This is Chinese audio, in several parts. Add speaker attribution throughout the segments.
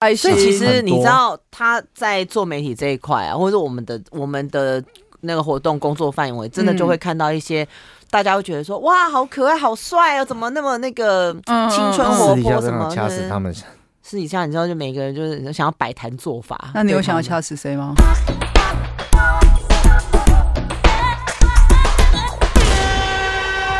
Speaker 1: 哎，所以其
Speaker 2: 很
Speaker 1: 实
Speaker 2: 多
Speaker 1: 你知道他在做媒体这一块啊，或者我们的我们的那个活动工作范围，
Speaker 3: 嗯
Speaker 1: 真的就会看到一些、大家会觉得说哇，好可爱，好帅哦，怎么那么那个
Speaker 3: 嗯嗯
Speaker 1: 青春
Speaker 3: 嗯
Speaker 1: 活
Speaker 2: 私底
Speaker 1: 泼
Speaker 2: 下
Speaker 1: 什
Speaker 2: 真
Speaker 1: 么的？
Speaker 2: 的掐死他们，
Speaker 1: 私底下你知道，就每个人就是想要摆谈做法。
Speaker 3: 那你有
Speaker 1: 对
Speaker 3: 想要
Speaker 1: 他们
Speaker 3: 掐死谁吗？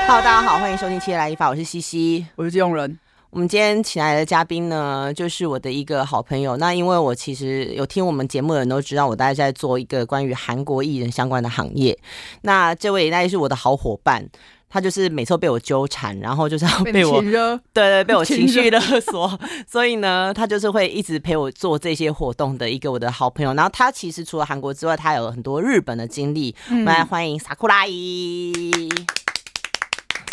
Speaker 1: ？Hello，大家好，欢迎收听《七夜来一发》，我是西西。
Speaker 3: 我是这种人，
Speaker 1: 我们今天请来的嘉宾呢，就是我的一个好朋友。那因为我其实有听我们节目的人都知道，我大概在做一个关于韩国艺人相关的行业。那这位那也是我的好伙伴，他就是每次都被我纠缠，然后就是要 被我
Speaker 3: 亲热，
Speaker 1: 对对被我
Speaker 3: 亲
Speaker 1: 情绪
Speaker 3: 热
Speaker 1: 勒索，所以呢，他就是会一直陪我做这些活动的一个我的好朋友。然后他其实除了韩国之外，他有很多日本的经历。我
Speaker 3: 嗯
Speaker 1: 们来欢迎萨库拉伊。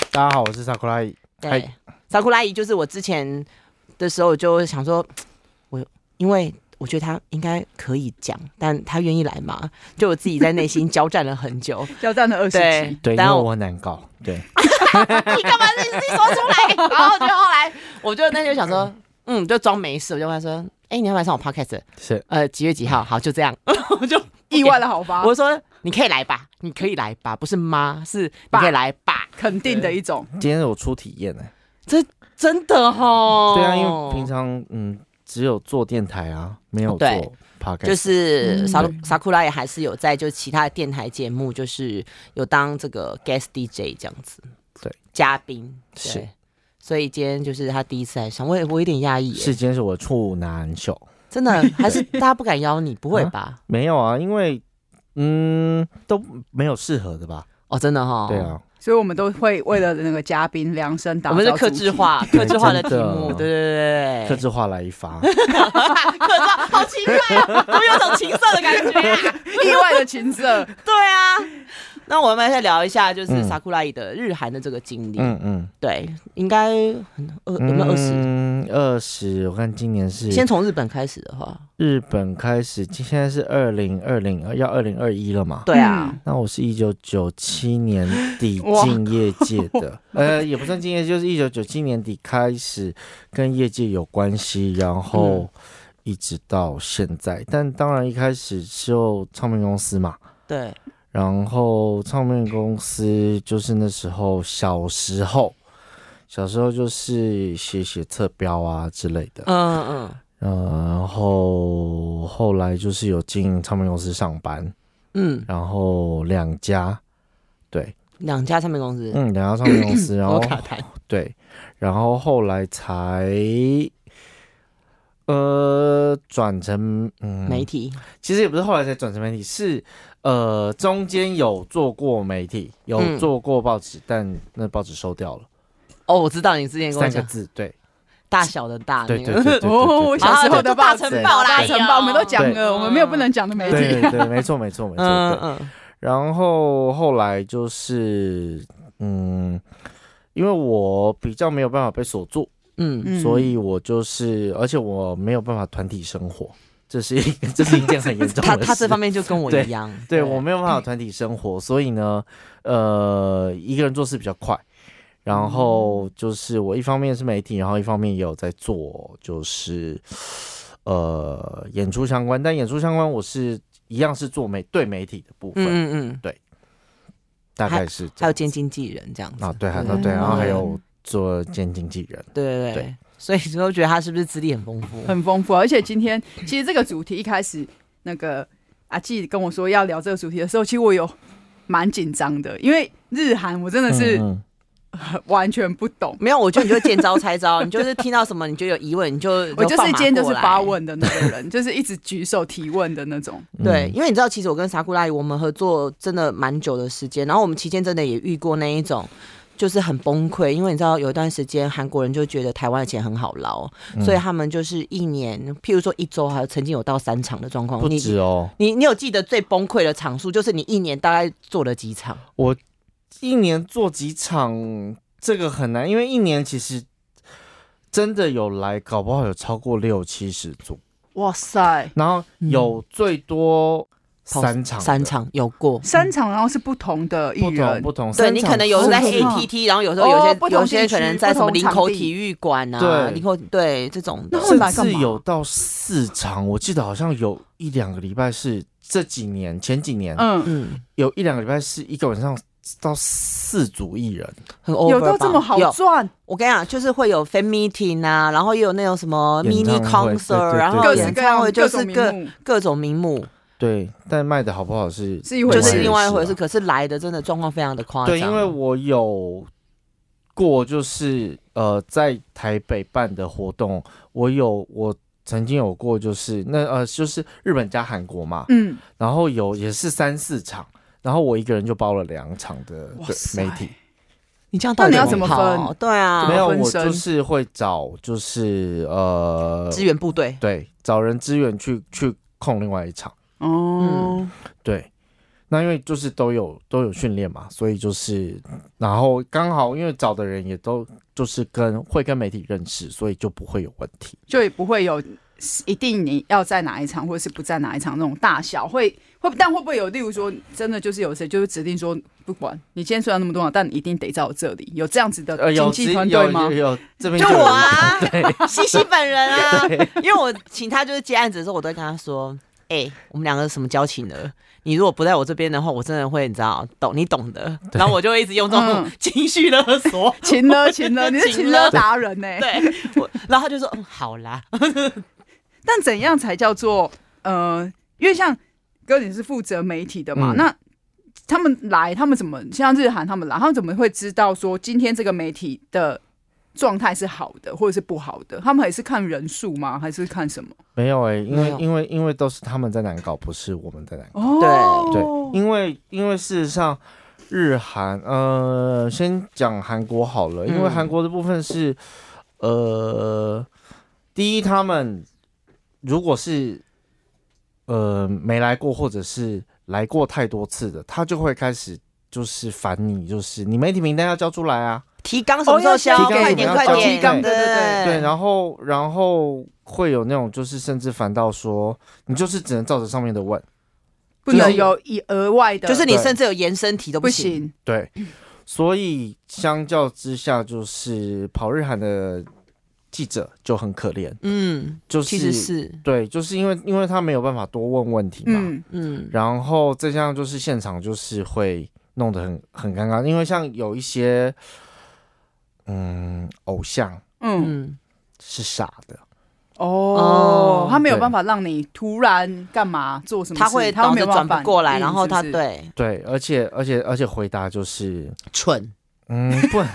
Speaker 2: 大家好，我是萨库拉伊。
Speaker 1: 对
Speaker 2: 嗨，
Speaker 1: 萨库拉姨就是我之前的时候，我就想说，我因为我觉得她应该可以讲，但她愿意来嘛，就我自己在内心交战了很 久。
Speaker 3: 交战了二十
Speaker 1: 对
Speaker 3: 集，，
Speaker 2: 对，因
Speaker 1: 然
Speaker 2: 为
Speaker 1: 后
Speaker 2: 我很难搞。对，
Speaker 1: 你干嘛自己说出来？然后就后来，我就那天就想 说，嗯，就装没事，我就跟她说，哎、你要不要上我 podcast？
Speaker 2: 是
Speaker 1: 呃，几月几号？好，就这样， 我就
Speaker 3: 意外的好吧？
Speaker 1: 我说你可以来吧，你可以来吧，不是妈，是你可以来吧，
Speaker 3: 肯定的一种，
Speaker 2: 今天有初体验呢。
Speaker 1: 真的哦。
Speaker 2: 对啊，因为平常嗯只有做电台啊，没有做
Speaker 1: 对
Speaker 2: podcast。
Speaker 1: 就是
Speaker 3: 嗯
Speaker 1: 萨
Speaker 3: 对
Speaker 1: 萨库拉也还是有在就其他的电台节目，就是有当这个 guest DJ 这样子，
Speaker 2: 对，
Speaker 1: 嘉宾对
Speaker 2: 是
Speaker 1: 所以今天就是他第一次来上，我也我有点压抑耶，
Speaker 2: 是今天是我的处男秀。
Speaker 1: 真的还是大家不敢邀你，不会吧？
Speaker 2: 没有 啊，因为嗯都没有适合的吧？
Speaker 1: 哦，真的哈、
Speaker 2: 对，啊，
Speaker 3: 所以我们都会为了那个嘉宾量身打
Speaker 1: 我
Speaker 3: 造。
Speaker 1: 们是克制， 化，克制化的题目，对对
Speaker 2: 真的
Speaker 1: 对对
Speaker 2: 克
Speaker 1: 对，
Speaker 2: 制化来一 发，
Speaker 1: 克制化，好奇怪、 啊，我有种情色的感觉、啊，
Speaker 3: 意外的情色，
Speaker 1: 对啊。那我们再聊一下，就是
Speaker 2: 嗯
Speaker 1: 萨库拉伊的日韩的这个经历，
Speaker 2: 嗯嗯，
Speaker 1: 对，应该很二有没有二十？
Speaker 2: 嗯，二十，我看今年是
Speaker 1: 先从日本开始的话，
Speaker 2: 日本开始，今现在是二零二零，要二零二一了嘛？
Speaker 1: 对啊，
Speaker 3: 嗯
Speaker 2: 那我是一九九七年底
Speaker 3: 哇
Speaker 2: 进业界的，呃，也不算进业，就是一九九七年底开始跟业界有关系，然后一直到现在。但当然一开始就唱片公司嘛，
Speaker 1: 对，
Speaker 2: 然后唱片公司就是那时候小时候，小时候就是写写侧标啊之类的，
Speaker 1: 嗯嗯
Speaker 2: 然后后来就是有进唱片公司上班，
Speaker 1: 嗯，
Speaker 2: 然后两家，对，
Speaker 1: 两家唱片公司，
Speaker 2: 嗯，两家唱片公 司，然
Speaker 1: 我
Speaker 2: 后
Speaker 1: 卡痰，
Speaker 2: 对，然后后来才呃转成嗯
Speaker 1: 媒，体，
Speaker 2: 其实也不是后来才转成媒体，是呃中间有做过媒体，有
Speaker 1: 嗯
Speaker 2: 做过报纸，但那报纸收掉了，
Speaker 1: 哦，我知道你之前跟我
Speaker 2: 三个
Speaker 1: 讲
Speaker 2: 字，对
Speaker 1: 大小的大
Speaker 2: 对
Speaker 1: 啊那
Speaker 2: 对
Speaker 1: 个
Speaker 2: 对，对对
Speaker 3: 哦
Speaker 2: 对
Speaker 3: 小时候的
Speaker 1: 大
Speaker 3: 报
Speaker 1: 城
Speaker 3: 纸
Speaker 1: 堡啦，哎
Speaker 3: 大城堡我们都讲
Speaker 2: 对
Speaker 3: 了，我们没有不能讲的媒体。
Speaker 2: 对对对，没错没错没错，对
Speaker 1: 嗯。嗯
Speaker 2: 然后后来就是，嗯，因为我比较没有办法被锁住，
Speaker 1: 嗯，
Speaker 3: 嗯
Speaker 2: 所以我就是，而且我没有办法团体生活，这是一 个这是一件很严重的
Speaker 1: 他
Speaker 2: 事。
Speaker 1: 他这方面就跟我
Speaker 2: 对
Speaker 1: 一样，
Speaker 2: 对我没有办法团体生活，所以呢，呃，一个人做事比较快。然
Speaker 1: 嗯
Speaker 2: 后就是我一方面是媒体，然后一方面也有在做就是呃演出相关，但演出相关我是一样是做媒对媒体的部分，
Speaker 1: 嗯嗯嗯，
Speaker 2: 大概是这
Speaker 1: 还有
Speaker 2: 样。
Speaker 1: 兼经纪人这样子
Speaker 2: 啊，对，还有
Speaker 3: 对
Speaker 2: 对，然后还有
Speaker 3: 嗯
Speaker 2: 做兼经纪人，
Speaker 1: 对对对
Speaker 2: 对，
Speaker 1: 所以你都觉得他是不是资历很丰富？
Speaker 3: 很丰富，啊而且今天其实这个主题一开始那个阿纪跟我说要聊这个主题的时候，其实我有蛮紧张的，因为日韩我真的是
Speaker 2: 嗯
Speaker 3: 完全不懂，
Speaker 1: 没有，我觉得你就见招拆招， 你就是听到什么你就有疑问，你就
Speaker 3: 我就是
Speaker 1: 放
Speaker 3: 今
Speaker 1: 马
Speaker 3: 天就是
Speaker 1: 过来
Speaker 3: 发问的那个人， 就是一直举手提问的那种。
Speaker 2: 嗯
Speaker 1: 对，因为你知道，其实我跟萨库拉我们合作真的蛮久的时间，然后我们期间真的也遇过那一种。就是很崩溃，因为你知道有一段时间韩国人就觉得台湾的钱很好捞，
Speaker 2: 嗯
Speaker 1: 所以他们就是一年，譬如说一周，还有曾经有到三场的状况。
Speaker 2: 不
Speaker 1: 你
Speaker 2: 止哦，
Speaker 1: 你你有记得最崩溃的场数，就是你一年大概做了几场？
Speaker 2: 一年做几场，这个很难，因为一年其实真的有来，搞不好有超过六七十组，
Speaker 3: 哇塞，
Speaker 2: 然后有最多
Speaker 1: 跑
Speaker 2: 三场的
Speaker 1: 三场有过。
Speaker 3: 三场，然后是不同的艺
Speaker 2: 不同
Speaker 3: 人，
Speaker 2: 不同，
Speaker 1: 对
Speaker 2: 三
Speaker 1: 你
Speaker 2: 场
Speaker 1: 可能有时候在
Speaker 3: 不同
Speaker 1: ATT，然后有时候
Speaker 3: 哦
Speaker 1: 有些
Speaker 3: 不同
Speaker 1: 有些
Speaker 3: 地区
Speaker 1: 可能在什么
Speaker 3: 不同
Speaker 1: 林
Speaker 3: 场
Speaker 1: 口
Speaker 3: 地
Speaker 1: 体育馆啊，
Speaker 2: 对
Speaker 1: 林口对这种的
Speaker 3: 那。后
Speaker 2: 甚
Speaker 3: 来干
Speaker 2: 至
Speaker 3: 嘛
Speaker 2: 有到四场，我记得好像有一两个礼拜是这几年前几年、
Speaker 3: 嗯，
Speaker 1: 嗯，
Speaker 2: 有一两个礼拜是一个晚上到四组艺人，
Speaker 1: 很 over
Speaker 3: 有到
Speaker 1: 吧
Speaker 3: 这么好
Speaker 1: 有哦
Speaker 3: 赚，
Speaker 1: 我跟你讲，就是会有 fan meeting 啊，然后也有那种什么
Speaker 2: 演
Speaker 1: mini
Speaker 2: 唱会
Speaker 1: concert，
Speaker 2: 对对
Speaker 1: 然
Speaker 2: 对
Speaker 1: 后
Speaker 3: 各
Speaker 2: 对
Speaker 3: 式
Speaker 1: 演
Speaker 3: 各
Speaker 1: 唱
Speaker 3: 样
Speaker 1: 会就是
Speaker 3: 名
Speaker 1: 各
Speaker 3: 目
Speaker 1: 各种名目，
Speaker 2: 对，但卖的好不好是
Speaker 3: 是一回
Speaker 1: 就
Speaker 3: 事
Speaker 1: 是另外一回
Speaker 2: 事
Speaker 1: 事。
Speaker 2: 啊。
Speaker 1: 可是来的真的状况非常的夸张，
Speaker 2: 对，因为我有过，就是呃，在台北办的活动，我有我曾经有过，就是那呃，就是日本加韩国嘛，
Speaker 3: 嗯，
Speaker 2: 然后有也是三四场，然后我一个人就包了两场的
Speaker 3: 哇
Speaker 2: 对
Speaker 3: 塞
Speaker 2: 媒体，
Speaker 1: 你这样到
Speaker 3: 那
Speaker 1: 底
Speaker 3: 你要
Speaker 1: 怎
Speaker 3: 怎么
Speaker 1: 跑
Speaker 3: 分
Speaker 1: 对啊，
Speaker 2: 没有，
Speaker 3: 分
Speaker 2: 我
Speaker 3: 身
Speaker 2: 就是会找就是呃，
Speaker 1: 支援部 队，
Speaker 2: 对，找人支援去去控另外一场，
Speaker 3: 哦，
Speaker 2: 对。那因为就是都有都有训练嘛，所以就是，然后刚好因为找的人也都就是跟会跟媒体认识，所以就不会有问题。
Speaker 3: 就也不会有一定你要在哪一场，或者是不在哪一场那种大小，会会，但会不会有，例如说，真的就是有谁就是指定说，不管你今天虽然那么多场，但你一定得在我这里，有这样子的
Speaker 2: 呃，有
Speaker 3: 经
Speaker 2: 直
Speaker 3: 纪团队吗
Speaker 2: 有？有有这边
Speaker 1: 就
Speaker 2: 有
Speaker 1: 我
Speaker 2: 人
Speaker 1: 啊，
Speaker 2: 对，
Speaker 1: 西西本人啊， 因为我请他就是接案子的时候，我都会跟他说，哎、我们两个什么交情呢？你如果不在我这边的话，我真的会你知道懂你懂的，然后我就会一直用这种
Speaker 3: 嗯
Speaker 1: 情绪勒索。
Speaker 3: 勤了勤了，你是
Speaker 1: 勤
Speaker 3: 勤
Speaker 1: 了
Speaker 3: 了达人欸呢、
Speaker 1: 对，我然后他就说、嗯、好啦，
Speaker 3: 但怎样才叫做呃？因为像哥你是负责媒体的嘛，
Speaker 2: 嗯
Speaker 3: 那他们来，他们怎么像日韩他们来，他们怎么会知道说今天这个媒体的状态是好的或者是不好的？他们还是看人数吗？还是看什么？
Speaker 2: 没有哎、因
Speaker 1: 没
Speaker 2: 为
Speaker 1: 有
Speaker 2: 因为因为都是他们在难搞，不是我们在难搞。
Speaker 3: 哦，
Speaker 2: 对，因为因为事实上，日韩呃，先讲韩国好了，因为
Speaker 1: 嗯
Speaker 2: 韩国的部分是呃，第一，他们如果是呃没来过，或者是来过太多次的，他就会开始就是烦你，就是你媒体名单要交出来啊。
Speaker 1: 提纲什么时候消？
Speaker 2: 哦要交
Speaker 1: 快点
Speaker 2: 提纲
Speaker 1: 快
Speaker 2: 要交
Speaker 1: 点，
Speaker 2: 提纲
Speaker 3: 对对对
Speaker 2: 对，然后然后会有那种就是甚至烦到说，你就是只能照着上面的问，
Speaker 3: 不能有以额外的，
Speaker 1: 就是你
Speaker 2: 对
Speaker 1: 甚至有延伸题都
Speaker 3: 不
Speaker 1: 不行。
Speaker 3: 行，
Speaker 2: 对，所以相较之下，就是跑日韩的记者就很可怜，
Speaker 1: 嗯，
Speaker 2: 就是
Speaker 1: 其实是，
Speaker 2: 对，就是因为因为他没有办法多问问题嘛，
Speaker 3: 嗯，
Speaker 1: 嗯，
Speaker 2: 然后再加上就是现场就是会弄得很很尴尬，因为像有一些嗯偶像
Speaker 3: 嗯，
Speaker 1: 嗯，
Speaker 2: 是傻的，
Speaker 3: 哦
Speaker 1: 哦，
Speaker 3: 他没有
Speaker 2: 对
Speaker 3: 办法让你突然干嘛做什么事，
Speaker 1: 他会
Speaker 3: 他
Speaker 1: 脑
Speaker 3: 没有
Speaker 1: 子转
Speaker 3: 办法
Speaker 1: 不过来，
Speaker 3: 反应
Speaker 1: 然后他
Speaker 3: 是不是
Speaker 1: 对
Speaker 2: 对，而且而且而且回答就是
Speaker 1: 蠢，
Speaker 2: 嗯不能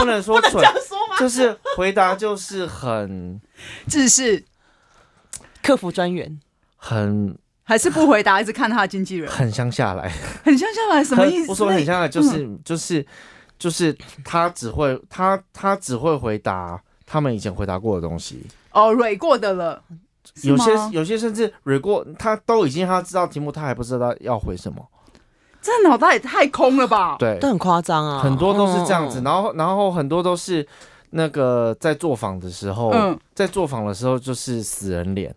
Speaker 2: 不能说蠢，就是回答就是很
Speaker 3: 自视
Speaker 1: 客服专员，
Speaker 2: 很
Speaker 3: 还是不回答，一直看他的经纪人，
Speaker 2: 很乡下来。
Speaker 3: 很像下来什么意思？嗯
Speaker 2: 我说很像的，就是、就是就是他只会他他只会回答他们以前回答过的东西，
Speaker 3: 哦，蕊过的了，是
Speaker 2: 有
Speaker 3: 吗
Speaker 2: 些有些甚至蕊过他都已经他知道题目，他还不知道要回什么。
Speaker 3: 这脑袋也太空了吧？
Speaker 2: 对
Speaker 1: 都，很夸张啊，
Speaker 2: 很多都是这样子，
Speaker 1: 嗯
Speaker 2: 然后然后很多都是那个在做访的时候，
Speaker 3: 嗯，
Speaker 2: 在做访的时候就是死人脸，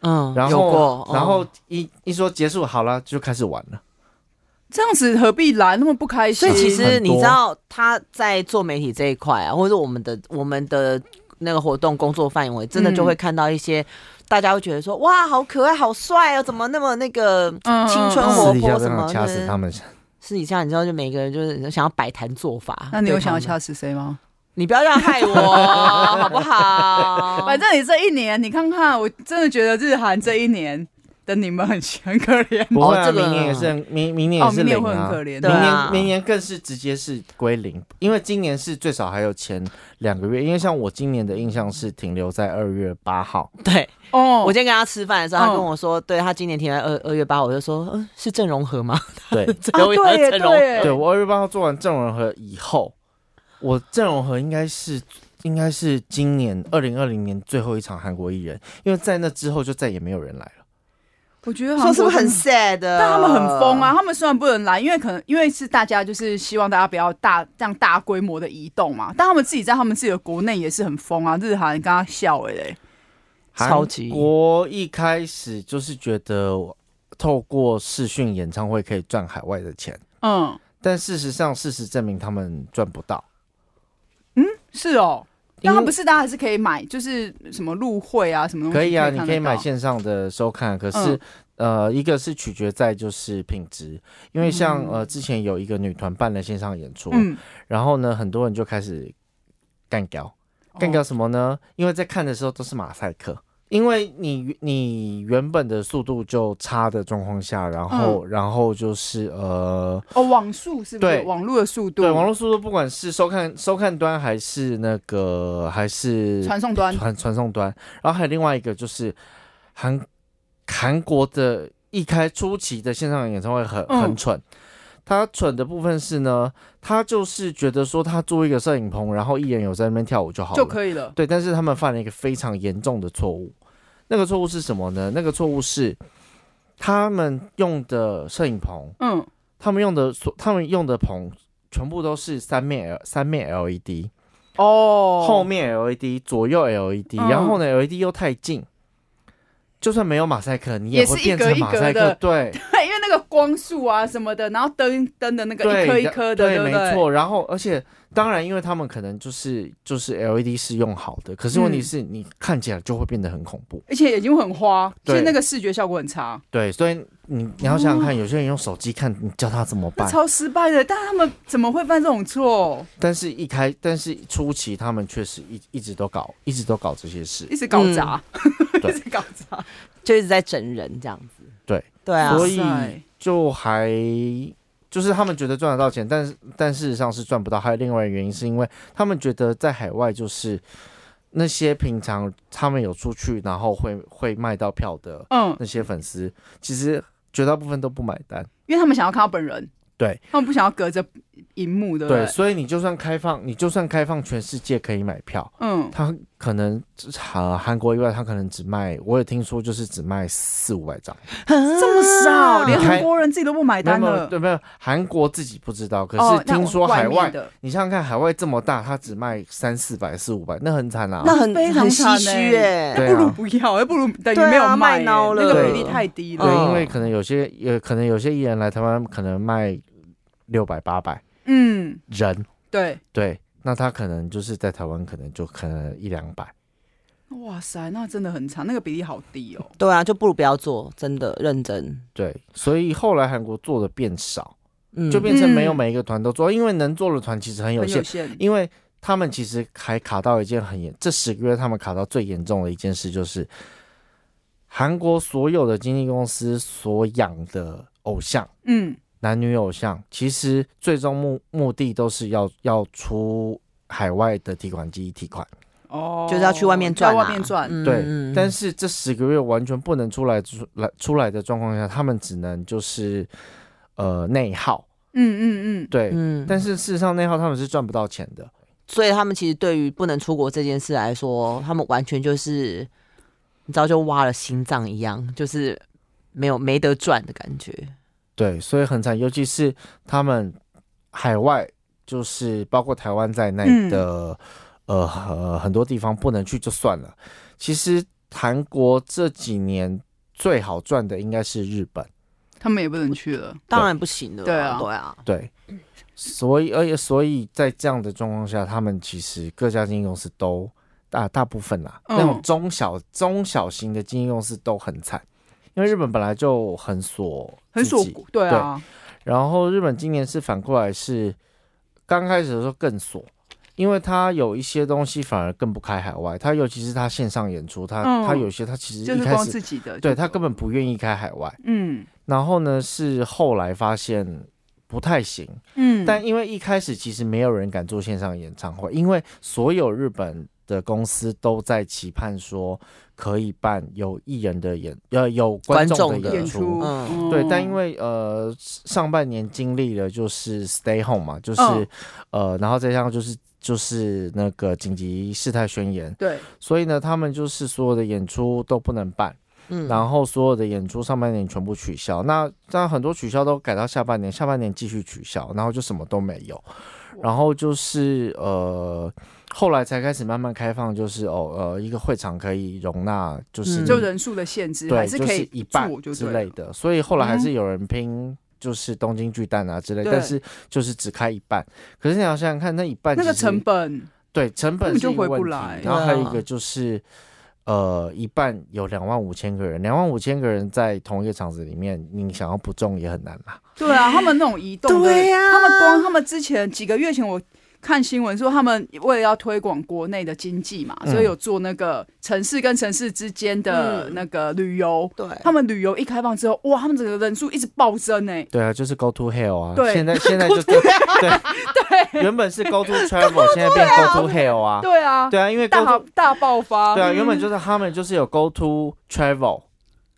Speaker 1: 嗯，
Speaker 2: 然
Speaker 1: 有
Speaker 2: 后
Speaker 1: 过，
Speaker 2: 然后
Speaker 1: 嗯
Speaker 2: 一一说结束好了就开始玩了，
Speaker 3: 这样子何必来那么不开
Speaker 1: 所
Speaker 3: 心？
Speaker 1: 以其实
Speaker 2: 很
Speaker 1: 你
Speaker 2: 多
Speaker 1: 知道他在做媒体这一块啊，或者我们的我们的那个活动工作范围，真的
Speaker 2: 嗯
Speaker 1: 就会看到一些。大家会觉得说哇，好可爱，好帅哦，怎么那么那个
Speaker 3: 嗯
Speaker 1: 青春
Speaker 3: 嗯嗯
Speaker 1: 活
Speaker 2: 私底
Speaker 1: 泼
Speaker 2: 下
Speaker 1: 哦什
Speaker 2: 这
Speaker 1: 么哦
Speaker 2: 样
Speaker 1: 的？
Speaker 2: 掐死他们。
Speaker 1: 私底下你知道，就每个人就是想要摆摊做法。
Speaker 3: 那你有
Speaker 1: 对他
Speaker 3: 想要
Speaker 1: 们
Speaker 3: 掐死谁吗？
Speaker 1: 你不要这样害 我，好不好？
Speaker 3: 反正你这一年，你看看，我真的觉得日韩这一年的你们很 很可怜。
Speaker 2: 不会啊，
Speaker 1: 这个
Speaker 2: 明年也是很明明年
Speaker 3: 哦，
Speaker 2: 也是
Speaker 3: 明
Speaker 2: 零
Speaker 3: 年会很
Speaker 2: 啊，
Speaker 3: 可怜
Speaker 1: 对
Speaker 2: 明
Speaker 3: 的。
Speaker 1: 啊
Speaker 2: 年明年更是直接是归零，因为今年是最少还有前两个月，因为像我今年的印象是停留在二月八号，
Speaker 1: 对
Speaker 3: 哦，
Speaker 1: 我今天跟他吃饭的时候，他
Speaker 3: 嗯
Speaker 1: 跟我说，对他今年停在二二月八，我就说，嗯，是郑容和吗？
Speaker 2: 对
Speaker 1: 最
Speaker 3: 啊，
Speaker 1: 后一
Speaker 3: 对
Speaker 1: 个
Speaker 3: 耶
Speaker 1: 郑容和，
Speaker 3: 对
Speaker 2: 对，
Speaker 3: 耶，
Speaker 2: 我二月八号做完郑容和以后，我郑容和应该是应该是今年二零二零年最后一场韩国艺人，因为在那之后就再也没有人来了，
Speaker 3: 我觉得韩国
Speaker 1: 说是不是很
Speaker 3: 真的
Speaker 1: sad 的？
Speaker 3: 但他们很
Speaker 2: 呃
Speaker 3: 疯啊！，他们虽然不能来，因为可能因为是大家就是希望大家不要大这样大规模的移动嘛，但他们自己在他们自己的国内也是很疯啊，日韩刚刚笑哎、欸，
Speaker 1: 超级
Speaker 2: 韩国一开始就是觉得透过视讯演唱会可以赚海外的钱，
Speaker 3: 嗯，
Speaker 2: 但事实上，事实证明他们赚不到。
Speaker 3: 是哦。但
Speaker 2: 因
Speaker 3: 他
Speaker 2: 为
Speaker 3: 不是，大家还是可以买，就是什么入会啊，什么东西
Speaker 2: 可以啊，
Speaker 3: 看
Speaker 2: 你
Speaker 3: 得
Speaker 2: 可以买
Speaker 3: 到嗯
Speaker 2: 线上的收看，可是、呃，一个是取决在就是品质，因为像、呃之前有一个女团办了线上演出，
Speaker 3: 嗯，
Speaker 2: 然后呢，很多人就开始干掉，干掉
Speaker 3: 哦
Speaker 2: 什么呢？因为在看的时候都是马赛克。因为你你原本的速度就差的状况下，然后、
Speaker 3: 嗯
Speaker 2: 然后就是呃，
Speaker 3: 哦，网速是不是？
Speaker 2: 对
Speaker 3: 网络的速度，
Speaker 2: 对网络速度，不管是收看收看端还是那个还是
Speaker 3: 传送端，
Speaker 2: 传传送端，然后还有另外一个就是韩韩国的一开初期的线上演唱会很
Speaker 3: 嗯
Speaker 2: 很蠢，他蠢的部分是呢，他就是觉得说他租一个摄影棚，然后艺人有在那边跳舞就好了，
Speaker 3: 就可以了。
Speaker 2: 对，但是他们犯了一个非常严重的错误，那个错误是什么呢？那个错误是他们用的摄影棚，
Speaker 3: 嗯，
Speaker 2: 他们用的所他们用的棚全部都是三面 L E 三面 LED。
Speaker 3: 哦，
Speaker 2: 后面 LED，左右 LED，、
Speaker 3: 嗯
Speaker 2: 然后呢 LED 又太近，就算没有马赛克，你
Speaker 3: 也
Speaker 2: 会
Speaker 3: 是一
Speaker 2: 变
Speaker 3: 格
Speaker 2: 成
Speaker 3: 一
Speaker 2: 马
Speaker 3: 格
Speaker 2: 赛克，
Speaker 3: 的
Speaker 2: 对
Speaker 3: 对，因为那个光束啊什么的，然后灯灯的那个
Speaker 2: 对，
Speaker 3: 一颗一
Speaker 2: 然
Speaker 3: 颗的，
Speaker 2: 对，
Speaker 3: 不
Speaker 2: 没
Speaker 3: 对？
Speaker 2: 错。然后而且当然，因为他们可能就是就是 LED 是用好的，可是
Speaker 3: 嗯
Speaker 2: 问题是你看起来就会变得很恐怖，
Speaker 3: 而且眼睛会很花，所以
Speaker 2: 对
Speaker 3: 那个视觉效果很差，
Speaker 2: 对，所以你你要想想看，有些人用手机看，你叫他怎么
Speaker 3: 哦那
Speaker 2: 办？
Speaker 3: 超失败的。但他们怎么会犯这种错？
Speaker 2: 但是一开，但是初期他们确实一一直都搞，一直都搞这些事
Speaker 3: 一，直搞砸，
Speaker 2: 嗯
Speaker 3: 一直搞砸。
Speaker 1: 就一直在整人这样子。
Speaker 2: 对
Speaker 1: 对啊，
Speaker 2: 所以
Speaker 3: 哇塞
Speaker 2: 就还就是他们觉得赚得到钱，但是但事实上是赚不到。还有另外一个原因，是因为他们觉得在海外就是那些平常他们有出去，然后会会卖到票的
Speaker 3: 嗯，
Speaker 2: 那些粉丝，其实绝大部分都不买单。
Speaker 3: 因为他们想要看到本人，
Speaker 2: 对
Speaker 3: 他们不想要隔着荧幕，对不
Speaker 2: 对，？所以你就算开放，你就算开放全世界可以买票，
Speaker 1: 啊
Speaker 3: 嗯，
Speaker 2: 他可能呃韩国以外，他可能只卖，我有听说就是只卖四五百张。
Speaker 3: 这么少，连
Speaker 2: 你看
Speaker 3: 韩国人自己都不买
Speaker 2: 没有
Speaker 3: 单
Speaker 2: 没有
Speaker 3: 了。
Speaker 2: 对没有，韩国自己不知道，可
Speaker 3: 哦
Speaker 2: 是
Speaker 3: 那
Speaker 2: 听说海
Speaker 3: 外面
Speaker 2: 外
Speaker 3: 的，
Speaker 2: 你想想看，海外这么大，它只卖三四百、四五百，那很惨啊。
Speaker 1: 那很
Speaker 3: 非常
Speaker 1: 很唏
Speaker 3: 惨
Speaker 1: 虚
Speaker 3: 欸
Speaker 1: 哎、
Speaker 2: 对
Speaker 3: 不如
Speaker 2: 啊，
Speaker 3: 不要，还不如等于
Speaker 1: 对啊
Speaker 3: 没有卖
Speaker 1: 卖孬
Speaker 3: 欸
Speaker 1: 了
Speaker 3: 那个比例太低
Speaker 2: 对，
Speaker 3: 了。
Speaker 1: 嗯
Speaker 2: 因为可能有些也可能有些艺人来台湾，可能卖六百、八百
Speaker 3: 嗯，
Speaker 2: 人，
Speaker 3: 对，
Speaker 2: 对，那他可能就是在台湾，可能就可能一两百。
Speaker 3: 哇塞，那真的很惨，那个比例好低哦。
Speaker 1: 对啊，就不如不要做，真的认真，
Speaker 2: 对，所以后来韩国做的变少，
Speaker 1: 嗯，
Speaker 2: 就变成没有
Speaker 3: 嗯
Speaker 2: 每一个团都做，因为能做的团其实很有
Speaker 3: 很有
Speaker 2: 限，
Speaker 3: 限，
Speaker 2: 因为他们其实还卡到一件很严，这十个月他们卡到最严重的一件事就是，韩国所有的经纪公司所养的偶像，
Speaker 3: 嗯，
Speaker 2: 男女偶像，其实最终目目的都是要要出海外的提款机提款，
Speaker 3: 哦，
Speaker 1: 就是要去外面赚、啊，
Speaker 3: 在外面赚，
Speaker 1: 嗯
Speaker 2: 对。
Speaker 1: 嗯
Speaker 2: 但是这十个月完全不能出来出来出来的状况下，他们只能就是呃内耗，
Speaker 3: 嗯嗯嗯，
Speaker 2: 对。
Speaker 1: 嗯
Speaker 2: 但是事实上内耗他们是赚不到钱的，
Speaker 1: 所以他们其实对于不能出国这件事来说，他们完全就是，你知道，就挖了心脏一样，就是没有没得赚的感觉。
Speaker 2: 对，所以很惨，尤其是他们海外，就是包括台湾在内
Speaker 3: 嗯
Speaker 2: 的、呃呃很多地方不能去就算了。其实韩国这几年最好赚的应该是日本，
Speaker 3: 他们也不能去了。
Speaker 1: 当然不行的啦，
Speaker 3: 对啊
Speaker 1: 对啊，
Speaker 2: 对，所以而且所以在这样的状况下，他们其实各家经纪公司都大大部分啦，
Speaker 3: 嗯
Speaker 2: 那种中小中小型的经纪公司都很惨，因为日本本来就很锁
Speaker 3: 很
Speaker 2: 自
Speaker 3: 锁
Speaker 2: 己
Speaker 3: 骨，对啊，
Speaker 2: 然后日本今年是反过来是刚开始的时候更锁，因为它有一些东西反而更不开海外，它尤其是它线上演出，它、
Speaker 3: 嗯
Speaker 2: 它有些它其实
Speaker 3: 就
Speaker 2: 一
Speaker 3: 是
Speaker 2: 开
Speaker 3: 光
Speaker 2: 始
Speaker 3: 自己的，
Speaker 2: 对
Speaker 3: 就
Speaker 2: 它根本不愿意开海外，
Speaker 3: 嗯
Speaker 2: 然后呢是后来发现不太行，
Speaker 3: 嗯，
Speaker 2: 但因为一开始其实没有人敢做线上演唱会，因为所有日本。的公司都在期盼说可以办有艺人的演呃有观众
Speaker 1: 观众
Speaker 2: 的
Speaker 1: 的
Speaker 3: 演
Speaker 2: 演出
Speaker 3: 出，
Speaker 1: 嗯
Speaker 2: 对，但因
Speaker 3: 为
Speaker 2: 为呃上半年经历了就是 stay home 嘛，就是、
Speaker 1: 哦
Speaker 3: 嗯
Speaker 2: 呃，然后再加上就是就是那个紧急事态宣言，
Speaker 3: 对
Speaker 2: 所以呢，他们就是所有的演出都不能办，
Speaker 1: 嗯，
Speaker 2: 然后所有的演出上半年全部取消，那当然很多取消都改到下半年，下半年继续取消，然后就什么都没有，然后就是呃后来才开始慢慢开放，就是哦呃，一个会场可以容纳就是
Speaker 1: 嗯
Speaker 2: 你
Speaker 3: 就人数的限制，还
Speaker 2: 对，
Speaker 3: 是
Speaker 2: 就
Speaker 3: 可
Speaker 2: 是
Speaker 3: 以
Speaker 2: 一半
Speaker 3: 做就
Speaker 2: 之
Speaker 3: 对
Speaker 2: 类
Speaker 3: 了。嗯
Speaker 2: 的，所以后来还是有人拼。就是东京巨蛋啊之类，
Speaker 3: 对
Speaker 2: 但是就是只开一半。可是你要想想看，那一半
Speaker 3: 那个
Speaker 2: 其实
Speaker 3: 成本，
Speaker 2: 对，成
Speaker 3: 根
Speaker 2: 本
Speaker 3: 本
Speaker 2: 是
Speaker 3: 就
Speaker 2: 一个
Speaker 3: 回不
Speaker 2: 问题
Speaker 3: 来
Speaker 2: 然后还有一
Speaker 1: 对
Speaker 2: 个
Speaker 1: 啊
Speaker 2: 就是，呃，一半有两万五千个人，两万五千个人在同一个场子里面，你想要不中也很难啦。
Speaker 3: 对啊，他们那种移动的，
Speaker 1: 对呀
Speaker 3: 啊他们光他们之前几个月前我。看新闻说，他们为了要推广国内的经济嘛，
Speaker 2: 嗯
Speaker 3: 所以有做那个城市跟城市之间的
Speaker 1: 嗯
Speaker 3: 那个旅游。
Speaker 1: 对，啊
Speaker 3: 他们旅游一开放之后，哇，他们整个人数一直暴增哎、
Speaker 2: 对啊，就是 go to hell 啊，
Speaker 3: 对
Speaker 2: 现在现在就对对，原本是 go to travel，现在变 go to hell 啊，
Speaker 3: 对啊，
Speaker 2: 对啊，因为 go
Speaker 3: 大
Speaker 2: to
Speaker 3: 大爆
Speaker 1: 哦
Speaker 3: 发。嗯
Speaker 2: 对啊，原本就是他们就是有 go to travel，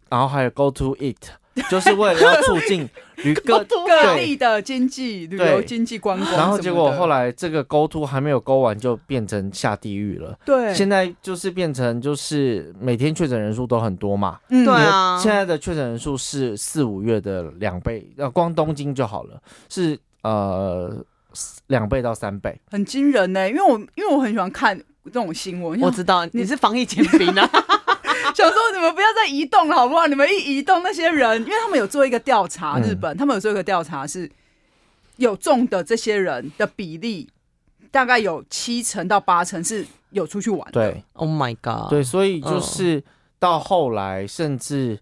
Speaker 2: 然后还有 go to eat，就是为了要促 进旅客。
Speaker 3: 各地的经济、旅游经济、观光什么的，
Speaker 2: 啊然后结果后来这个 go to 还没有勾完，就变成下地狱了。
Speaker 3: 对，
Speaker 2: 现在就是变成就是每天确诊人数都很多嘛，
Speaker 3: 嗯
Speaker 1: 对啊
Speaker 2: 现在的确诊人数是四五月的两倍，呃，光东京就好了，是呃两倍到三倍，
Speaker 3: 很惊人呢、欸因为我因为我很喜欢看这种新闻，
Speaker 1: 我
Speaker 3: 想
Speaker 1: 知道你是防疫尖兵啊，
Speaker 3: 想说你们不要再移动了好不好？你们一移动那些人，因为他们有做一个调查，
Speaker 2: 嗯
Speaker 3: 日本他们有做一个调查是有中的这些人的比例，大概有七成到八成是有出去玩的，
Speaker 2: 对
Speaker 1: Oh my god！
Speaker 2: 对，所以就
Speaker 1: 嗯
Speaker 2: 是到后来甚至。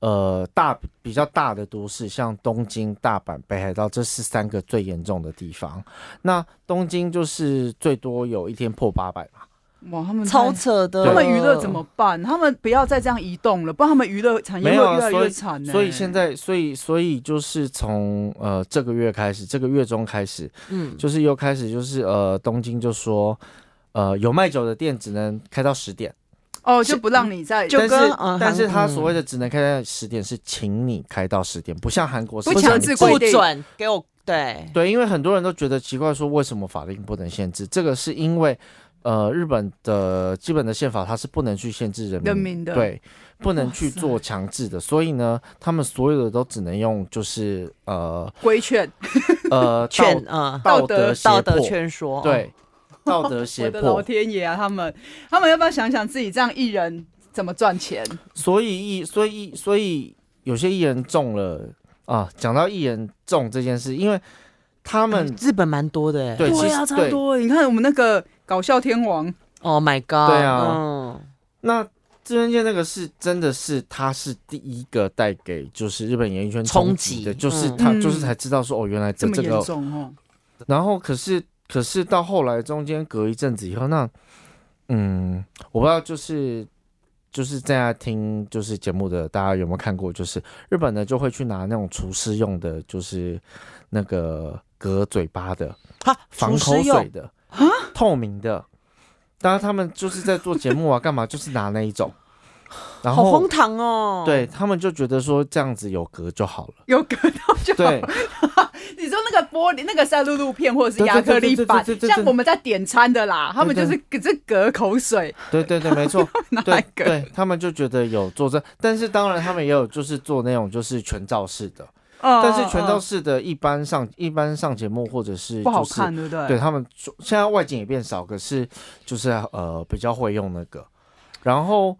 Speaker 2: 呃，大比较大的都市，像东京、大阪、北海道，这是三个最严重的地方。那东京就是最多有一天破八百嘛，
Speaker 3: 哇，他们太
Speaker 1: 超扯的。
Speaker 3: 他们娱乐怎么办？他们不要再这样移动了，不然他们娱乐产业
Speaker 2: 没
Speaker 3: 会
Speaker 2: 有啊
Speaker 3: 越来
Speaker 2: 所
Speaker 3: 越
Speaker 2: 以
Speaker 1: 嗯
Speaker 3: 惨欸呢、
Speaker 2: 所以现在，所以所以就是从呃这个月开始，这个月中开始，
Speaker 1: 嗯，
Speaker 2: 就是又开始就是呃东京就说，呃有卖酒的店只能开到十点，
Speaker 3: 哦，就不让你再
Speaker 1: 就
Speaker 2: 但是、
Speaker 1: 跟呃
Speaker 2: 但是
Speaker 1: 韩
Speaker 2: 他所谓的只能开到十点是请你开到十点，不像韩国是
Speaker 3: 不
Speaker 2: 强
Speaker 3: 强制规
Speaker 1: 不
Speaker 3: 定
Speaker 1: 准给我对
Speaker 2: 对，因为很多人都觉得奇怪，说为什么法令不能限制？这个是因为，呃，日本的基本的宪法它是不能去限制人民
Speaker 3: 人民的
Speaker 2: 对，不能
Speaker 3: 哇
Speaker 2: 去
Speaker 3: 塞
Speaker 2: 做强制的，所以呢，他们所有的都只能用就是呃
Speaker 3: 规劝，
Speaker 2: 呃
Speaker 1: 劝嗯
Speaker 2: 道
Speaker 3: 道德哦
Speaker 2: 德
Speaker 1: 道
Speaker 2: 胁
Speaker 1: 德
Speaker 2: 迫，
Speaker 1: 劝说，嗯
Speaker 2: 对，道 德
Speaker 3: 我
Speaker 2: 胁
Speaker 3: 的老
Speaker 2: 迫。
Speaker 3: 天爷啊！他们他们要不要想想自己这样艺人怎么赚钱？
Speaker 2: 所以艺，所以所以有些艺人中了啊。讲到艺人中这件事，因为他
Speaker 1: 他
Speaker 3: 嗯
Speaker 2: 们
Speaker 1: 日本蛮多的欸，
Speaker 2: 对其实
Speaker 3: 啊，超
Speaker 2: 对
Speaker 3: 多的。你看我们那个搞笑天王，
Speaker 1: ，Oh my god！
Speaker 2: 对啊
Speaker 1: 嗯
Speaker 2: 那志愿健那个是真的是他是第一个带给就是日本演艺圈
Speaker 1: 冲
Speaker 2: 击
Speaker 1: 击
Speaker 2: 的，就是
Speaker 1: 嗯
Speaker 2: 他
Speaker 3: 嗯
Speaker 2: 就是才知道说哦，原来
Speaker 3: 这
Speaker 2: 这
Speaker 3: 么
Speaker 2: 这
Speaker 3: 严
Speaker 2: 个。
Speaker 3: 重哦，
Speaker 2: 然后可是可是到后来中间隔一阵子以后，那嗯，我不知道就是。就是在家听就是节目的大家有没有看过？就是日本呢就会去拿那种厨师用的，就是那个隔嘴巴的，
Speaker 1: 哈，
Speaker 2: 防
Speaker 1: 厨
Speaker 2: 口
Speaker 1: 师
Speaker 2: 水
Speaker 1: 用
Speaker 2: 的，透明的。当然他们就是在做节目啊，干嘛就是拿那 一种，然
Speaker 1: 好
Speaker 2: 后
Speaker 1: 荒唐哦。
Speaker 2: 对他们就觉得说这样子有隔就 好了。
Speaker 3: 有隔到就好
Speaker 2: 对，
Speaker 3: 你说那个玻璃、那个三露露片或者是亚克力板
Speaker 2: 对对对对对，对对
Speaker 3: 像我们在点餐的啦，他们就是只是隔口水，
Speaker 2: 对对对，没错，
Speaker 1: Oh
Speaker 3: 哪
Speaker 2: 对
Speaker 3: 隔？
Speaker 2: 对，他们就觉得有做这，但是当然他们也有就是做那种就是全罩式的，
Speaker 1: 哦
Speaker 3: 嗯
Speaker 2: 但是全罩
Speaker 3: 嗯
Speaker 2: 式的一般上一般上节目或者是
Speaker 3: 嗯不好
Speaker 2: 就是
Speaker 3: 看，对不对？
Speaker 2: 对他们说现在外景也变少，可是就是呃比较会用那个。然后，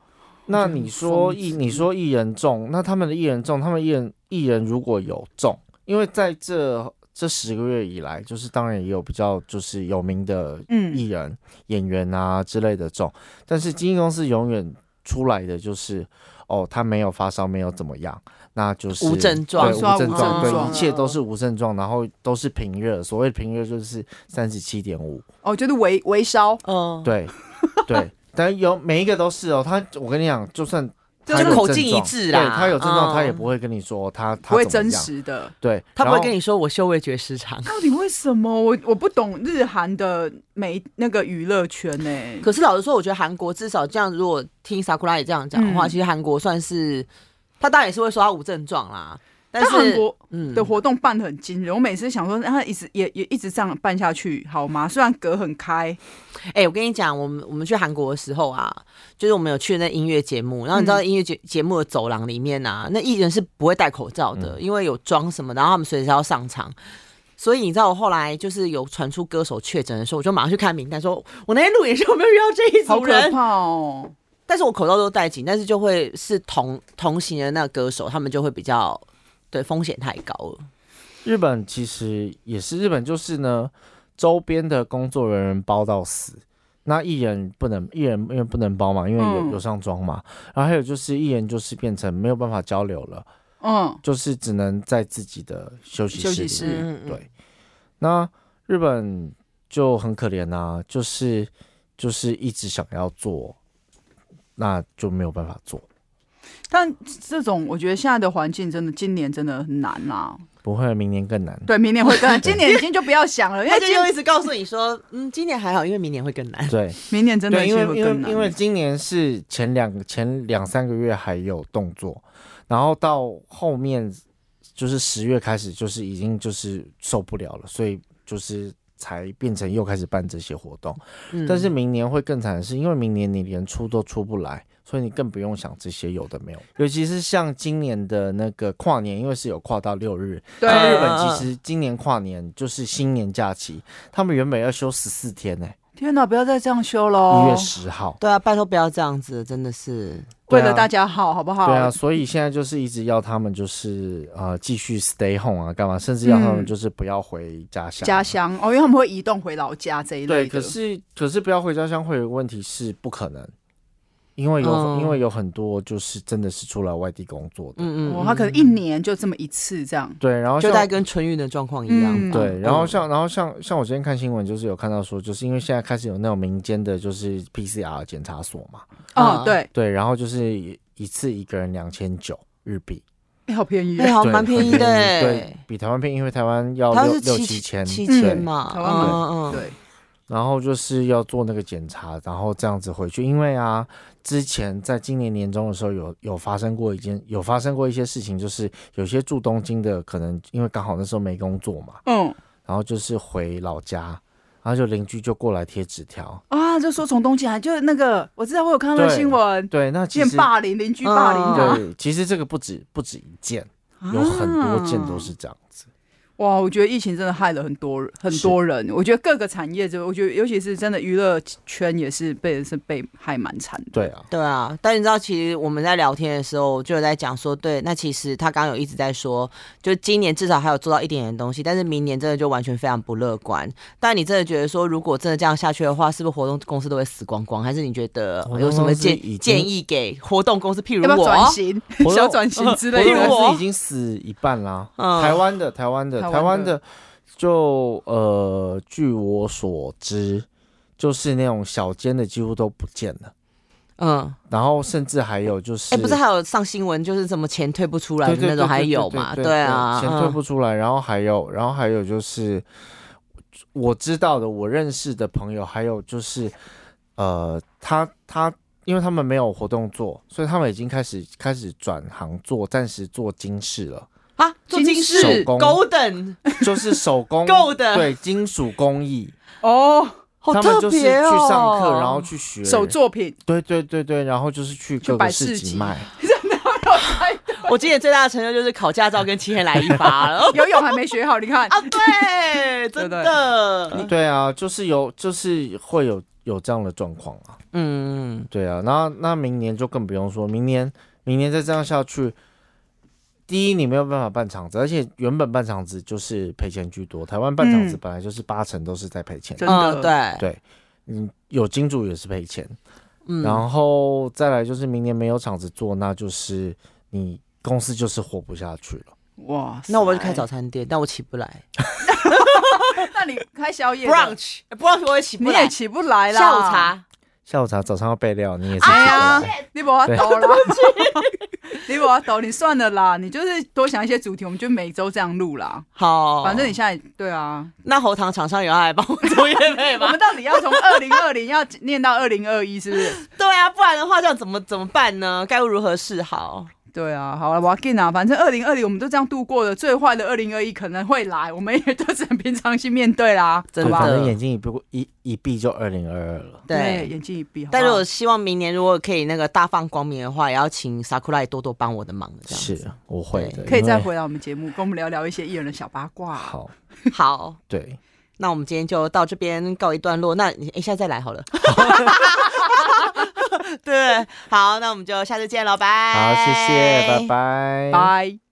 Speaker 2: 那
Speaker 3: 觉得
Speaker 2: 你
Speaker 3: 很
Speaker 2: 说
Speaker 3: 讽
Speaker 2: 艺
Speaker 3: 刺
Speaker 2: 你说艺人中，那他们的艺人中，他们艺人艺人如果有中，因为在这这十个月以来，就是当然也有比较就是有名的
Speaker 3: 嗯，
Speaker 2: 艺人、演员啊之类的中，但
Speaker 1: 嗯
Speaker 2: 是经纪公司永远出来的就是哦，他没有发烧，没有怎么样，那就是
Speaker 1: 无症嗯状
Speaker 2: 对
Speaker 3: 刷
Speaker 2: 无症
Speaker 3: 无
Speaker 2: 状，
Speaker 3: 症
Speaker 2: 对，
Speaker 3: 状
Speaker 2: 一切都是无症状，然后都是平热，所谓平热就是三十七点五，
Speaker 3: 哦，就是微微烧，
Speaker 1: 嗯，
Speaker 2: 对 对，但有每一个都是哦，他我跟你讲，就算
Speaker 1: 就
Speaker 2: 他
Speaker 1: 是
Speaker 2: 有
Speaker 1: 口
Speaker 2: 症
Speaker 1: 径一
Speaker 2: 状
Speaker 1: 致
Speaker 2: 对
Speaker 1: 啦
Speaker 2: 他有症
Speaker 1: 嗯
Speaker 2: 状，他也不会跟你说他他
Speaker 3: 不会
Speaker 2: 怎么
Speaker 3: 真
Speaker 2: 样，
Speaker 3: 实的。
Speaker 2: 对，
Speaker 1: 他不会
Speaker 2: 然后
Speaker 1: 跟你说我嗅味觉失常。
Speaker 3: 到底为什么？我我不懂日韩的媒那个娱乐圈欸呢、
Speaker 1: 可是老实说，我觉得韩国至少这样，如果听 Sakura 也这样讲的话，
Speaker 3: 嗯
Speaker 1: 其实韩国算是他当然也是会说他无症状啦，但
Speaker 3: 但
Speaker 1: 是
Speaker 3: 韩国
Speaker 1: 嗯
Speaker 3: 的活动办的很惊人，我每次想说，那他一直也也一直这样办下去好吗？虽然隔很开，
Speaker 1: 哎、我跟你讲，我们我们去韩国的时候啊，就是我们有去那音乐节目，然后你
Speaker 3: 嗯
Speaker 1: 知道音乐节节目的走
Speaker 3: 嗯
Speaker 1: 廊里面啊，那艺人是不会戴口罩的，因为有妆什么，然后他们随时要上场。所以你知道我后来就是有传出歌手确诊的时候，我就马上去看名单，说我那天录影时候有没有遇到这一
Speaker 3: 好
Speaker 1: 组
Speaker 3: 可
Speaker 1: 人？
Speaker 3: 怕哦！
Speaker 1: 但是我口罩都戴紧，但是就会是同同行的那个歌手，他们就会比较对风险太高了。
Speaker 2: 日本其实也是日本，就是呢，周边的工作人员包到死。那艺人不能，艺人因为不能包嘛，因为有
Speaker 3: 嗯
Speaker 2: 有上妆嘛。然后还有就是艺人就是变成没有办法交流了，
Speaker 3: 嗯，
Speaker 2: 就是只能在自己的休息室里
Speaker 3: 休息
Speaker 2: 面。
Speaker 3: 室
Speaker 1: 嗯嗯嗯
Speaker 2: 对，那日本就很可怜呐、就是就是一直想要做，那就没有办法做。
Speaker 3: 但这种我觉得现在的环境真的，今年真的很难啦。
Speaker 2: 不会，明年更难。
Speaker 3: 对，明年会更 难，今年已经就不要想了，因为
Speaker 1: 他就
Speaker 3: 今
Speaker 1: 又一直告诉你说， 嗯，今年还好，因为明年会更难。
Speaker 2: 对，
Speaker 3: 明年真的
Speaker 2: 对，因为
Speaker 3: 会
Speaker 2: 因
Speaker 3: 更难。欸
Speaker 2: 为因为今年是前两个前两三个月还有动作，然后到后面就是十月开始就是已经就是受不了了，所以就是才变成又开始办这些活动。
Speaker 1: 嗯
Speaker 2: 但是明年会更惨的是，因为明年你连出都出不来，所以你更不用想这些有的没有。尤其是像今年的那个跨年，因为是有跨到六日，
Speaker 3: 对
Speaker 2: 那
Speaker 1: 嗯
Speaker 2: 日
Speaker 1: 嗯
Speaker 2: 本
Speaker 1: 嗯
Speaker 2: 其实今年跨年就是新年假期，他们原本要休十四天呢、欸
Speaker 3: 天哪，不要再这样修了
Speaker 2: 一
Speaker 3: 哦
Speaker 2: 月！十号。
Speaker 1: 对啊，拜托不要这样子，真的是。
Speaker 3: 为
Speaker 2: 对
Speaker 3: 了
Speaker 2: 啊
Speaker 3: 大家好，好不好？
Speaker 2: 对啊，所以现在就是一直要他们就是呃继续 stay home 啊，干嘛，甚至要他们
Speaker 3: 嗯
Speaker 2: 就是不要回家乡。啊
Speaker 3: 家乡哦，因为他们会移动回老家这一类
Speaker 2: 对，
Speaker 3: 的。
Speaker 2: 可是可是不要回家乡会有个问题是不可能，因为有、
Speaker 1: 嗯
Speaker 2: 因为有很多就是真的是出来外地工作的，
Speaker 1: 嗯嗯
Speaker 3: 哦
Speaker 1: 嗯，
Speaker 3: 他可能一年就这么一次这样。
Speaker 2: 对，然后
Speaker 1: 就
Speaker 2: 像
Speaker 1: 大概跟春运的状况一样
Speaker 3: 嗯
Speaker 1: 吧。
Speaker 2: 对，然后
Speaker 1: 嗯
Speaker 2: 像然后像像我之前看新闻就是有看到说，就是因为现在开始有那种民间的就是 PCR 检查所嘛，
Speaker 1: 啊
Speaker 3: 哦，对，
Speaker 2: 对，然后就是一一次一个人两千九日币，
Speaker 3: 哎好便宜
Speaker 1: 哎，
Speaker 3: 哦。
Speaker 1: 好
Speaker 2: 对
Speaker 1: 蛮便宜的欸，
Speaker 2: 对，比台湾便宜，因为台湾要
Speaker 1: 它
Speaker 2: 六
Speaker 1: 是
Speaker 2: 六
Speaker 1: 七
Speaker 2: 千，
Speaker 1: 七
Speaker 2: 对
Speaker 1: 千嘛，
Speaker 3: 台湾可
Speaker 1: 嗯嗯嗯，
Speaker 3: 对，
Speaker 2: 然后就是要做那个检查，然后这样子回去。因为啊，之前在今年年中的时候有有发生过一件，有发生过一些事情，就是有些住东京的可能因为刚好那时候没工作嘛，
Speaker 3: 嗯
Speaker 2: 然后就是回老家，然后就邻居就过来贴纸条。
Speaker 3: 啊，就说从东京来，就是那个我知道我有看到那
Speaker 2: 对
Speaker 3: 新闻，
Speaker 2: 对，那其
Speaker 3: 见
Speaker 2: 实
Speaker 3: 霸凌邻居霸凌他。
Speaker 1: 嗯
Speaker 2: 对，其实这个不止不止一件，有很多件都是这样子。
Speaker 3: 啊哇，我觉得疫情真的害了很多人，很多人。我觉得各个产业就，我觉得尤其是真的娱乐圈也是被是被害蛮惨的。
Speaker 2: 对啊，
Speaker 1: 对啊，但你知道，其实我们在聊天的时候，就有在讲说，对，那其实他刚刚有一直在说，就今年至少还有做到一点点东西，但是明年真的就完全非常不乐观。但你真的觉得说，如果真的这样下去的话，是不是活动公司都会死光光？还是你觉得
Speaker 2: 活动
Speaker 1: 有什么
Speaker 2: 公司
Speaker 1: 建
Speaker 2: 已经
Speaker 1: 建议给活动公司？譬如
Speaker 3: 要不要
Speaker 1: 我，
Speaker 3: 转型？
Speaker 2: 活
Speaker 3: 小
Speaker 2: 动
Speaker 3: 转型之类
Speaker 1: 对
Speaker 2: 活
Speaker 1: 我
Speaker 3: 的。
Speaker 2: 动公司已经死一半啦。
Speaker 1: 嗯
Speaker 2: 台湾的，台湾的，
Speaker 3: 台湾
Speaker 2: 台
Speaker 3: 的
Speaker 2: 湾的，就呃，据我所知，就是那种小间的几乎都不见了，
Speaker 1: 嗯，
Speaker 2: 然后甚至还有就是，
Speaker 1: 哎、不是还有上新闻，就是什么钱退不出来的
Speaker 2: 对对
Speaker 1: 那种，
Speaker 2: 对
Speaker 1: 还
Speaker 2: 对
Speaker 1: 有
Speaker 2: 对
Speaker 1: 嘛？
Speaker 2: 对
Speaker 1: 对啊，
Speaker 2: 钱退不出来，然后还有，然后还有就是我知道的，我认识的朋友，还有就是呃，他他。因为他们没有活动做，所以他们已经开始开始转行做，暂时做金饰了。
Speaker 1: 啊，做金
Speaker 3: 金饰
Speaker 1: 饰
Speaker 2: 手工
Speaker 1: Golden
Speaker 2: 就是手工
Speaker 1: 够的
Speaker 2: 对金属工艺，
Speaker 3: 哦，
Speaker 1: 好
Speaker 2: 他们
Speaker 1: 特
Speaker 2: 就是去
Speaker 1: 别哦，
Speaker 2: 上课，然后去学
Speaker 3: 手，作品
Speaker 2: 对对对对，然后就是去各个市集卖，
Speaker 1: 我今年最大的成就就是考驾照跟七天来一发了。
Speaker 3: 游泳还没学好，你看。
Speaker 1: 啊， 对，真的，
Speaker 2: 对啊，就是有就是会有有这样的状况啊，
Speaker 1: 嗯，
Speaker 2: 对啊，那那明年就更不用说，明年明年再这样下去。第一，你没有办法办场子，而且原本办场子就是赔钱居多。台湾办场子
Speaker 3: 嗯
Speaker 2: 本来就是八成都是在赔钱，
Speaker 3: 真的
Speaker 1: 嗯对，
Speaker 2: 对，嗯，有金主也是赔钱，
Speaker 1: 嗯，
Speaker 2: 然后再来就是明年没有厂子做，那就是你公司就是活不下去了。
Speaker 3: 哇，
Speaker 1: 那我就开早。餐店，但我起不来
Speaker 3: 那你开宵夜的
Speaker 1: ，brunch 哎 brunch 我也起不
Speaker 3: 你也
Speaker 1: 来，
Speaker 3: 起不来啦。
Speaker 1: 下午，茶，
Speaker 2: 下午茶早上要备料，你也是
Speaker 3: 哎呀
Speaker 2: 这样，
Speaker 3: 你把我抖了。 你把我抖，你算了啦。你就是多想一些主题，我们就每周这样录啦。
Speaker 1: 好，
Speaker 3: 反正你现在对啊，
Speaker 1: 那喉糖厂商有要来帮我 做业配
Speaker 3: 我
Speaker 1: 吗
Speaker 3: 们？到底要从二零二零 要念到二零二一，是不是？
Speaker 1: 对啊，不然的话这样怎么怎么办呢？该如何是好？
Speaker 3: 对啊，好了，我要进啊，反正二零二零我们都这样度过了，最坏的二零二一可能会来，我们也就只能平常心面对啦，
Speaker 1: 真
Speaker 3: 好
Speaker 1: 的
Speaker 3: 吧
Speaker 2: 反正眼睛一闭一一闭就二零二二了。
Speaker 1: 对。
Speaker 3: 眼睛一闭。好不好
Speaker 1: 但是我希望明年如果可以那个大放光明的话，也要请 Sakura 多多帮我的忙，这样子
Speaker 2: 是，我会的，
Speaker 1: 对
Speaker 3: 可以
Speaker 2: 因为
Speaker 3: 再回来我们节目，跟我们聊聊一些艺人的小八卦。
Speaker 2: 好。
Speaker 1: 好。
Speaker 2: 对，
Speaker 1: 那我们今天就到这边告一段落，那你一下再来好 了。 对，好，那我们就下次见了，拜。
Speaker 2: 好，谢谢，拜拜，
Speaker 3: 哎拜。